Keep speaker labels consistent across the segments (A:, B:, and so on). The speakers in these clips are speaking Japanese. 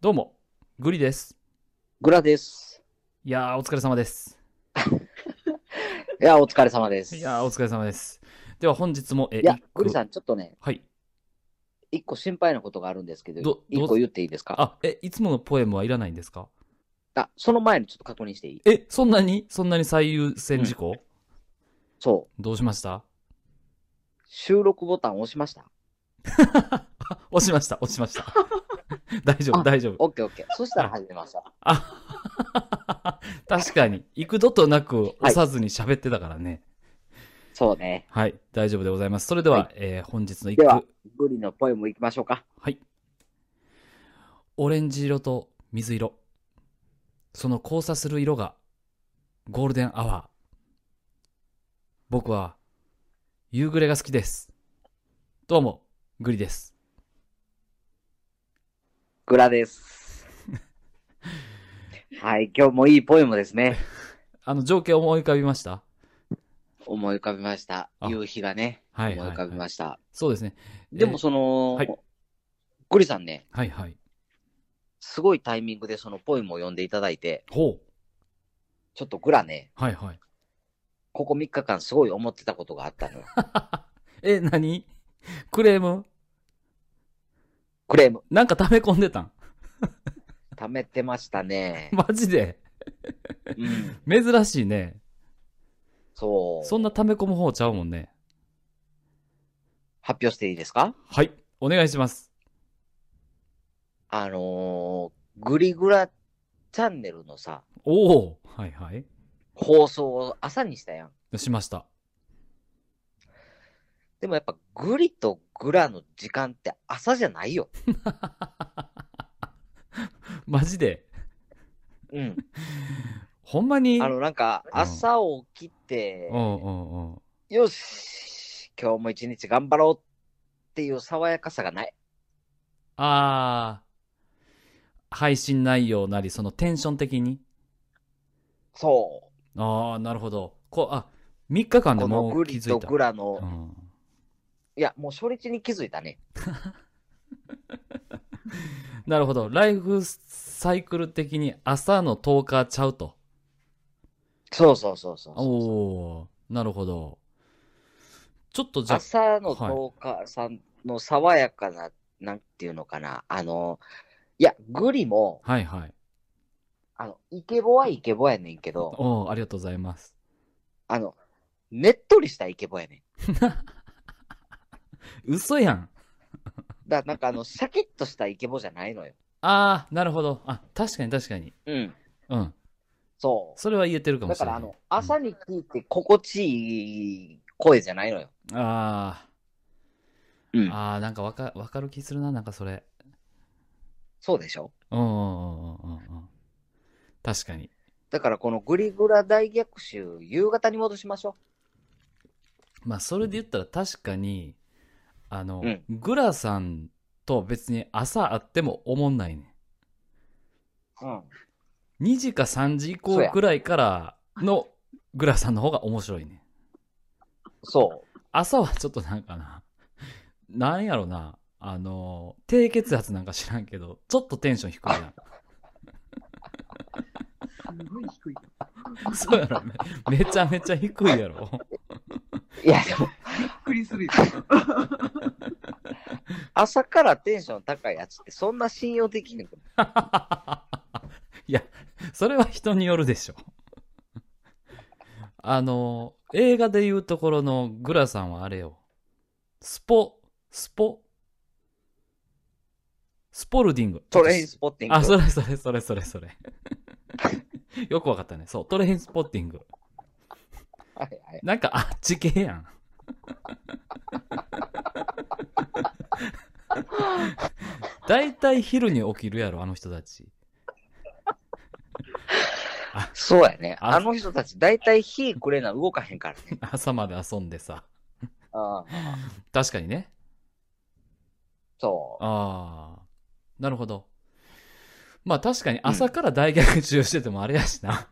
A: どうも、グリです。
B: グラです。
A: いやー、お疲れ様です。
B: いや、お疲れ様です。
A: いやー、お疲れ様です。では、本日も、え、
B: いや
A: 一個
B: グリさん、ちょっとね、
A: はい。
B: 一個心配なことがあるんですけ
A: ど
B: ど、
A: どう
B: 一個言っていいですか
A: あ、え、いつものポエムはいらないんですか
B: あ、その前にちょっと確認していい
A: え、そんなにそんなに最優先事項、
B: そう。
A: どうしました
B: 収録ボタン押しました。
A: あ押しました、押しました。 大丈夫、
B: あ
A: 大丈夫。
B: オッケーオ ッケー。そしたら始めました。
A: あ 確かに、幾度となく押さずに喋ってたからね。
B: そうね。
A: はい、大丈夫でございます。それでは、
B: はい
A: えー本日の一
B: では
A: 句。
B: グリのポエムいきましょうか。
A: はい。オレンジ色と水色。その交差する色がゴールデンアワー。僕は夕暮れが好きです。どうも、グリです。
B: グ ラです。はい、今日もいいポエムですね。
A: あの情景思い浮かびました
B: 思い浮かびました。
A: あ
B: 夕日がね、
A: は
B: 思
A: い
B: い
A: はい、
B: 浮
A: は
B: かび
A: い。
B: ました。
A: そうですね。
B: でも
A: えー
B: その
A: はい、
B: グリさんね、
A: はいはい。
B: すごいタイミングでそのポエムを読んでいただいて、
A: ほう。
B: ちょっとグラね、
A: はいはい。
B: ここ3日間すごい思ってたことがあったのよ。
A: え、何クレーム
B: クレーム、
A: なんか溜め込んでたん
B: 溜めてましたね。
A: マジで
B: うん、
A: 珍しいね。
B: そう。
A: そんな溜め込む方ちゃうもんね。
B: 発表していいですか
A: はい。お願いします。
B: あのー、グリグラチャンネルのさ、
A: おおはいはい。
B: 放送を朝にしたやん。
A: しました。
B: でもやっぱグリとグラの時間って朝じゃないよ。
A: マジで。
B: うん。
A: ほんまに。
B: あのなんか
A: うん
B: 朝起きて
A: う、んうんうん。
B: よし、今日も一日頑張ろうっていう爽やかさがない。
A: あー。配信内容なり、そのテンション的に。
B: そ
A: あー、なるほど。こう、あ、3日間
B: う。
A: で
B: この
A: もう
B: グ
A: 気
B: リ
A: づ
B: と
A: いた。
B: グラの、
A: うん、
B: いや、もう初日に気づいたね。
A: なるほど。ライフサイクル的に朝の10日ちゃうと。
B: そうそうそうそうそうそう。
A: おー、なるほど。ちょっとじゃあ、
B: 朝の
A: はい
B: 10日さんの爽やかな、なんていうのかな、あの、いや、グリも、
A: はいはい。
B: あの、イケボはイケボやねんけど、
A: おー、ありがとうございます。
B: あの、ねっとりしたイケボやねん。
A: 嘘やん。
B: だからなんかあの、シャキッとしたイケボじゃないのよ。
A: あー、なるほど。あ、確かに確かに。
B: うん。
A: うん。
B: そ
A: それは言えてるか
B: う。
A: も
B: だ
A: しれ
B: か
A: ない。
B: らあの、朝に聞いて心地いい声じゃないのよ。
A: あ
B: う
A: ー
B: ん。
A: あー、なんかわかわかる気するな、なんかそれ。
B: そうでしょ
A: うんうんうんうんうんうん。確かに。
B: だからこのグリグラ大逆襲、夕方に戻しましょ
A: まあ、それで言ったら確かに、あの、
B: うん
A: グラさんと別に朝会っても思んないね。
B: う。うん。
A: 2時か3時以
B: そう
A: 降
B: や
A: ぐらいからのグラさんの方が面白いね。
B: そ
A: 朝はちょっとなんかな、なんやろな、あの、低血圧なんか知らんけど、ちょっとテンション低いな。そうやろね。めちゃめちゃ低いやろ。
B: う。いや、でも、
C: びっくりするよ。
B: 朝からテンション高いやつってそんな信用できんの
A: いや、それは人によるでしょ。あの、映画でいうところのグラさんはあれよ。スポ、スポ、スポルディング。
B: トレインスポッティング。
A: あ、それそれそれそれそれ。 よくわかったね。そう、トレインスポッティング。
B: はいはい
A: なんかあっち系やん。 だいたい昼に起きるやろ、あの人たち。
B: そうやね。
A: あ
B: あの人たち、だいたい火くれな動かへんからね。
A: 朝まで遊んでさ。
B: ああ
A: 確かにね。
B: そう。
A: ああ。なるほど。まあ確かに朝から大逆襲しててもあれやしな。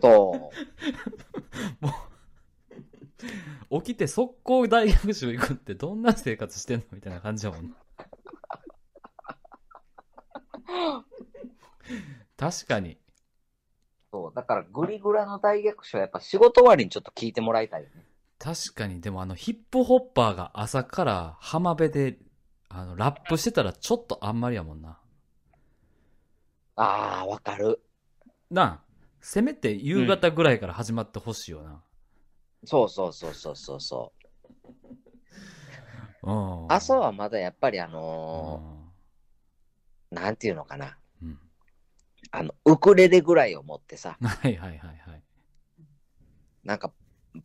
B: そ
A: 起きて速攻大逆襲行くってどんな生活してんのみたいな感じやもんな。確かに。
B: そう、だからグリグラの大逆襲はやっぱ仕事終わりにちょっと聞いてもらいたいよね。
A: 確かに。でもあの、ヒップホッパーが朝から浜辺で、あの、ラップしてたらちょっとあんまりやもんな。
B: ああ、わかる。
A: なあ、せめて夕方ぐらいから始まってほしいよな。
B: そうそうそうそうそうそう。
A: うん。
B: 朝はまだやっぱりあ
A: う
B: の
A: ん、
B: ーなんていうのかな。
A: うん。
B: あの、ウクレレぐらいを持ってさ、
A: はいはいはいはい。
B: なんか、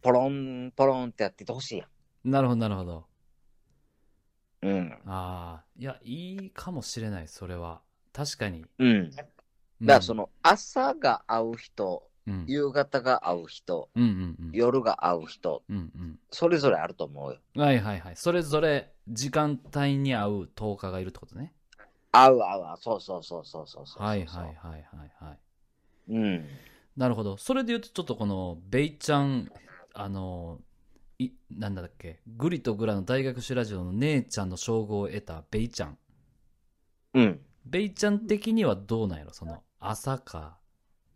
B: ポロン、ポロンってやっててほしいや
A: なるほどなるほど。
B: ん。うん。
A: ああ、いや、いいかもしれない、それは。確かに。
B: うん。だか
A: うん
B: らそ、の、朝が合う人、
A: うん、
B: 夕方が合う人、
A: うんうんうん。
B: 夜が合う人、
A: うん
B: それぞれあると思うよ。
A: うん。はいはいはい。それぞれ時間帯に合う10日がいるってことね。
B: 合う合う合う、そうそうそうそうそうそう。
A: はいはいはいはいはい。
B: うん。
A: なるほど。それで言うと、ちょっとこの、ベイちゃん、あの、い、なんだっけ、グリとグラの大学史ラジオの姉ちゃんの称号を得たベイちゃん。
B: うん。
A: ベイちゃん的にはどうなんやろその、朝か、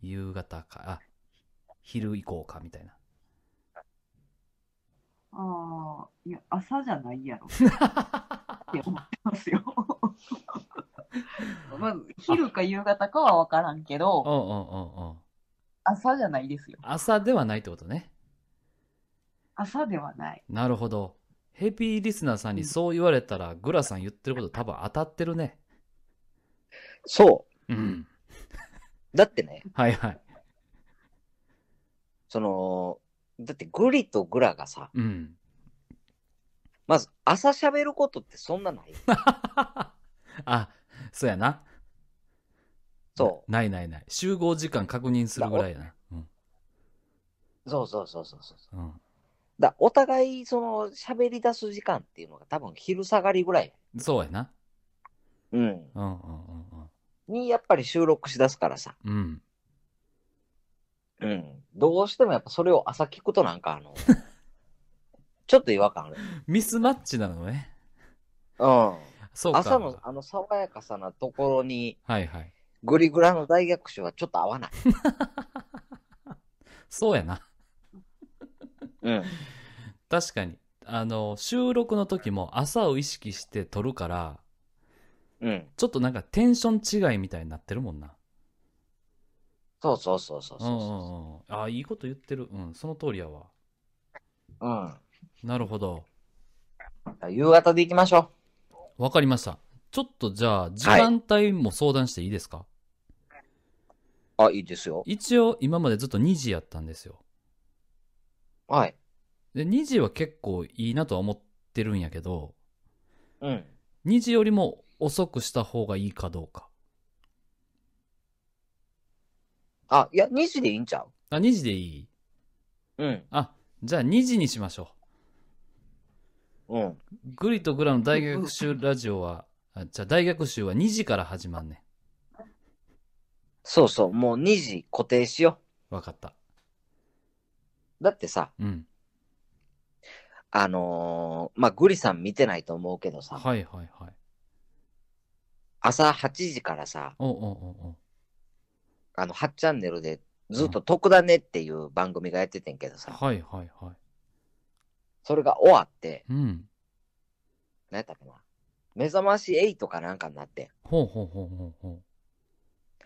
A: 夕方か、あ、昼以降かみたいな。
C: ああ、いや、朝じゃないやろ。って思ってますよ。まず、昼か夕方かは分からんけ
A: う
C: ど、
A: んうんうんうん。
C: 朝じゃないですよ。
A: 朝ではないってことね。
C: 朝ではない。
A: なるほど。ヘビーリスナーさんにそう言われたら、グラさん言ってること多分当たってるね。
B: そ
A: うん。
B: う。だってね、
A: はいはい。
B: その、だってグリとグラがさ、
A: うん。
B: まず朝喋ることってそんな ない。
A: あ、そうやな。
B: そ
A: ないないない。集合時間確認するぐらいやな。うん。
B: う。そうそうそうそうそう。
A: うん。
B: だお互い、その、喋り出す時間っていうのが多分昼下がりぐらい。
A: そうやな。
B: うん。
A: うんうんうん
B: に、やっぱり収録しだすからさ。
A: うん。うん。
B: うん。どうしてもやっぱそれを朝聞くとなんかあ の、ちょっと違和感ある。
A: ミスマッチなのね。
B: う。
A: そうんか。
B: 朝のあの爽やかさなところに、
A: はいはい。
B: グリグラの大逆襲はちょっと合わない。
A: そうやな。
B: うん。
A: 確かに。あの、収録の時も朝を意識して撮るから、
B: うん。
A: ちょっとなんかテンション違いみたいになってるもんな。
B: そうそうそうそう
A: う
B: そ
A: んう
B: う
A: んうん。ああ、いいこと言ってる。うん、その通りやわ。
B: そう。うん。
A: なるほど。
B: だから夕方で行きましょ
A: わかりました。ちょっとじゃあ、時間帯も相談していいですか、
B: う。あ、いいですよ。
A: 一応、今までずっと2時やったんですよ。
B: はい。
A: で、2時は結構いいなとは思ってるんやけど、
B: うん。
A: 2時よりも遅くした方がいいかどうか。
B: あ、いや、2時でいいんちゃ
A: あ、2時でいい
B: うん。
A: あ、じゃあ2時にしましょ
B: うん。
A: う。グリとグラの大学習ラジオは、あじゃあ大学習は2時から始まんね
B: そうそう。もう2時固定しよ
A: ん。わかった。
B: う。だってさ、
A: うん。
B: あのーまあ、グリさん見てないと思うけどさ、
A: はいはいはい。
B: 朝8時からさ、
A: おうおうおうおう
B: あの、8チャンネルでずっと特ダネっていう番組がやっててんけどさ、
A: はいはいはい。
B: それが終わって、
A: うん。
B: 何やったかな。目覚まし8かなんかになって。
A: ほうほうほうほうほう。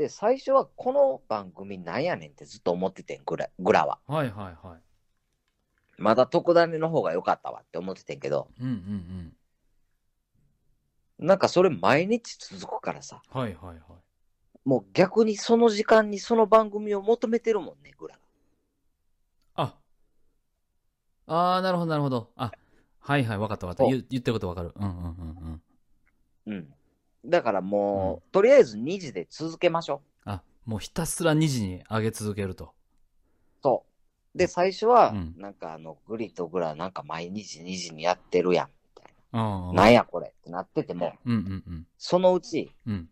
B: で、最初はこの番組なんやねんってずっと思っててん、グラグラは。
A: はいはいはい。
B: まだ特ダネの方が良かったわって思っててんけど、
A: うんうんうん。
B: なんかそれ毎日続くからさ、
A: はいはいはい。
B: もう逆にその時間にその番組を求めてるもんね、グラが。
A: あ。ああ、なるほどなるほど。あ、はいはい、わかったわかった。
B: そう
A: 言う言ってることわかる。うんうんうんうん。
B: うん。だからもう、とりあえず2時で続けましょう。
A: あ、もうひたすら2時に上げ続けると。
B: そう。で、最初は、
A: うん
B: なんかあの、グリとグラなんか毎日2時にやってるやん、みたい
A: うんう
B: な。
A: ん
B: なんやこれってなってても、
A: うんうん
B: そのうち、
A: うん。うん。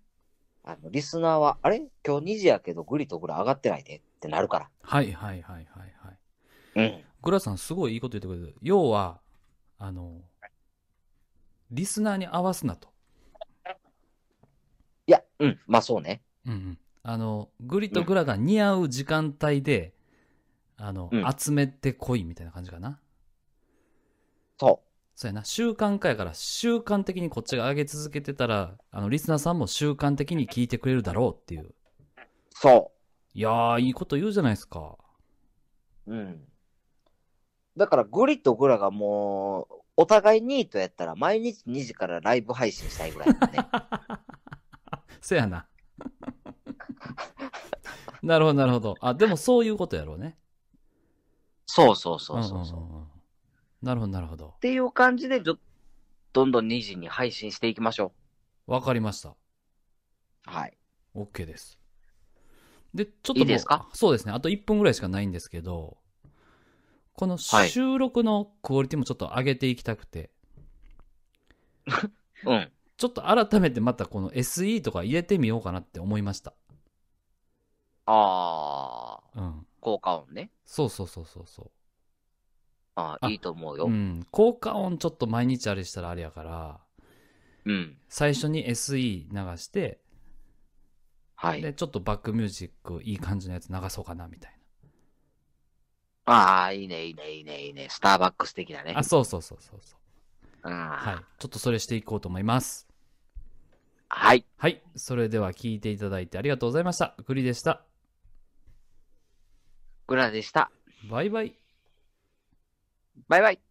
B: あの、リスナーは、あれ今日2時やけどグリとグラ上がってないでってなるか
A: はいはいはいはいはい。
B: ら。うん。
A: グラさんすごいいいこと言ってくれる。要は、あの、リスナーに合わすなと。
B: いや、うん。まあそうね。
A: うんうん。あの、グリとグラが似合う時間帯で、あの、
B: うん
A: 集めてこいみたいな感じかな。
B: そ
A: そうやな。習慣化やから、習慣的にこっちが上げ続けてたら、あの、リスナーさんも習慣的に聞いてくれるだろうっていう。
B: う、そ
A: いやー、いいこと言うじゃないですか。
B: う。うん。だから、グリとグラがもう、お互いニートやったら、毎日2時からライブ配信したいぐらいだね。
A: そやな。 なるほど、なるほど。あ、でもそういうことやろうね。
B: そうそうそうそうそう。
A: ん
B: っ
A: んんんなるほど、なるほど。
B: ていう感じで、ちょどんどん2時に配信していきましょ
A: わかりました。
B: う。はい。
A: OK です。で、ちょっともう
B: いいですか
A: そうですね。あと1分ぐらいしかないんですけど、この
B: はい
A: 収録のクオリティもちょっと上げていきたくて、
B: うん。
A: ちょっと改めてまたこの SE とか入れてみようかなって思いました。
B: あー、
A: うん。
B: 効果音ね。
A: そうそうそうそうそ
B: あ
A: あ
B: ーいいと思う
A: う。
B: よ。
A: う
B: うん。
A: ん。効果音ちょっと毎日あれしたらあれやから、最初に SE 流して、
B: はい。
A: で、ちょっとバックミュージックいい感じのやつ流そうかなみたい
B: ああ、いいね、いいね、いいね、いいね。スターバックス的なね
A: な。あ、。そうそうそうそうそう。はい
B: は。
A: ちょっとそれしていこうと思います。
B: はい。
A: はい。それでは聞いていただいてありがとうございました。グリでした。
B: グラでした。
A: バイバイ。
B: バイバイ。